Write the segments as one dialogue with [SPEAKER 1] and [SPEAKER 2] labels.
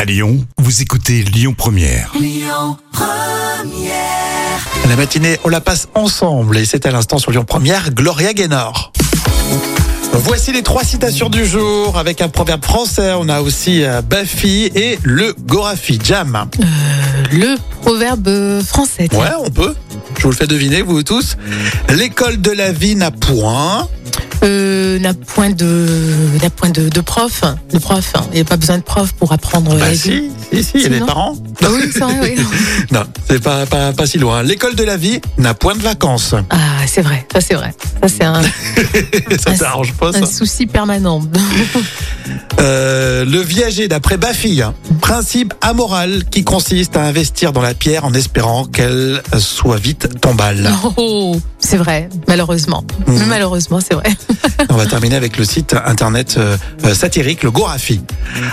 [SPEAKER 1] À Lyon, vous écoutez Lyon Première.
[SPEAKER 2] La matinée, on la passe ensemble et c'est à l'instant sur Lyon Première, Gloria Gaynor. Voici les trois citations du jour avec un proverbe français. On a aussi euh, Bafi et le Gorafi Jam.
[SPEAKER 3] Euh, Le proverbe euh, français. tiens.
[SPEAKER 2] Ouais, on peut. Je vous le fais deviner, vous tous. L'école de la vie n'a point.
[SPEAKER 3] Euh, n'a point de, n'a point de, de prof, de prof. hein. Il n'y a pas besoin de prof pour apprendre la
[SPEAKER 2] Bah
[SPEAKER 3] vie.
[SPEAKER 2] si, si, si, il y a les
[SPEAKER 3] Sinon.
[SPEAKER 2] parents.
[SPEAKER 3] Ah oui, c'est vrai, oui.
[SPEAKER 2] Non, c'est pas, pas, pas si loin. L'école de la vie n'a point de vacances.
[SPEAKER 3] Ah, c'est vrai, ça c'est vrai. Ça c'est un,
[SPEAKER 2] ça
[SPEAKER 3] Ah,
[SPEAKER 2] t'arrange pas, ça.
[SPEAKER 3] un souci permanent.
[SPEAKER 2] Euh, le viager d'après Bafi, principe amoral qui consiste à investir dans la pierre en espérant qu'elle soit vite tombale.
[SPEAKER 3] Oh, c'est vrai, malheureusement.
[SPEAKER 2] Mhm.
[SPEAKER 3] Malheureusement, c'est vrai.
[SPEAKER 2] On va terminer avec le site internet euh, euh, satirique, le Gorafi.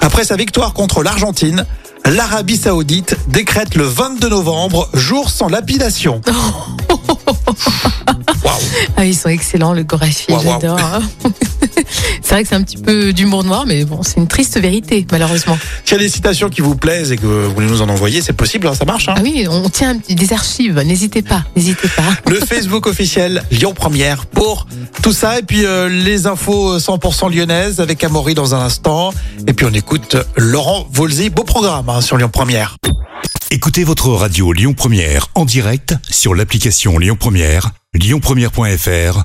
[SPEAKER 2] Après sa victoire contre l'Argentine, l'Arabie Saoudite décrète le 22 novembre jour sans lapidation. Waouh.
[SPEAKER 3] Ah, ils sont excellents, le Gorafi,
[SPEAKER 2] Waouh, waouh.
[SPEAKER 3] j'adore. hein. c'est vrai que c'est un petit peu d'humour noir, mais bon, c'est une triste vérité, malheureusement.
[SPEAKER 2] S'il y a des citations qui vous plaisent et que vous voulez nous en envoyer, c'est possible, hein, ça marche. hein.
[SPEAKER 3] Ah oui, on tient un petit- des archives, n'hésitez pas, n'hésitez pas.
[SPEAKER 2] le Facebook officiel Lyon Première pour tout ça et puis euh, les infos 100% lyonnaises avec Amaury dans un instant et puis on écoute Laurent Volzy beau programme hein, sur Lyon Première.
[SPEAKER 1] Écoutez votre radio Lyon Première en direct sur l'application Lyon Première, lyonpremière.fr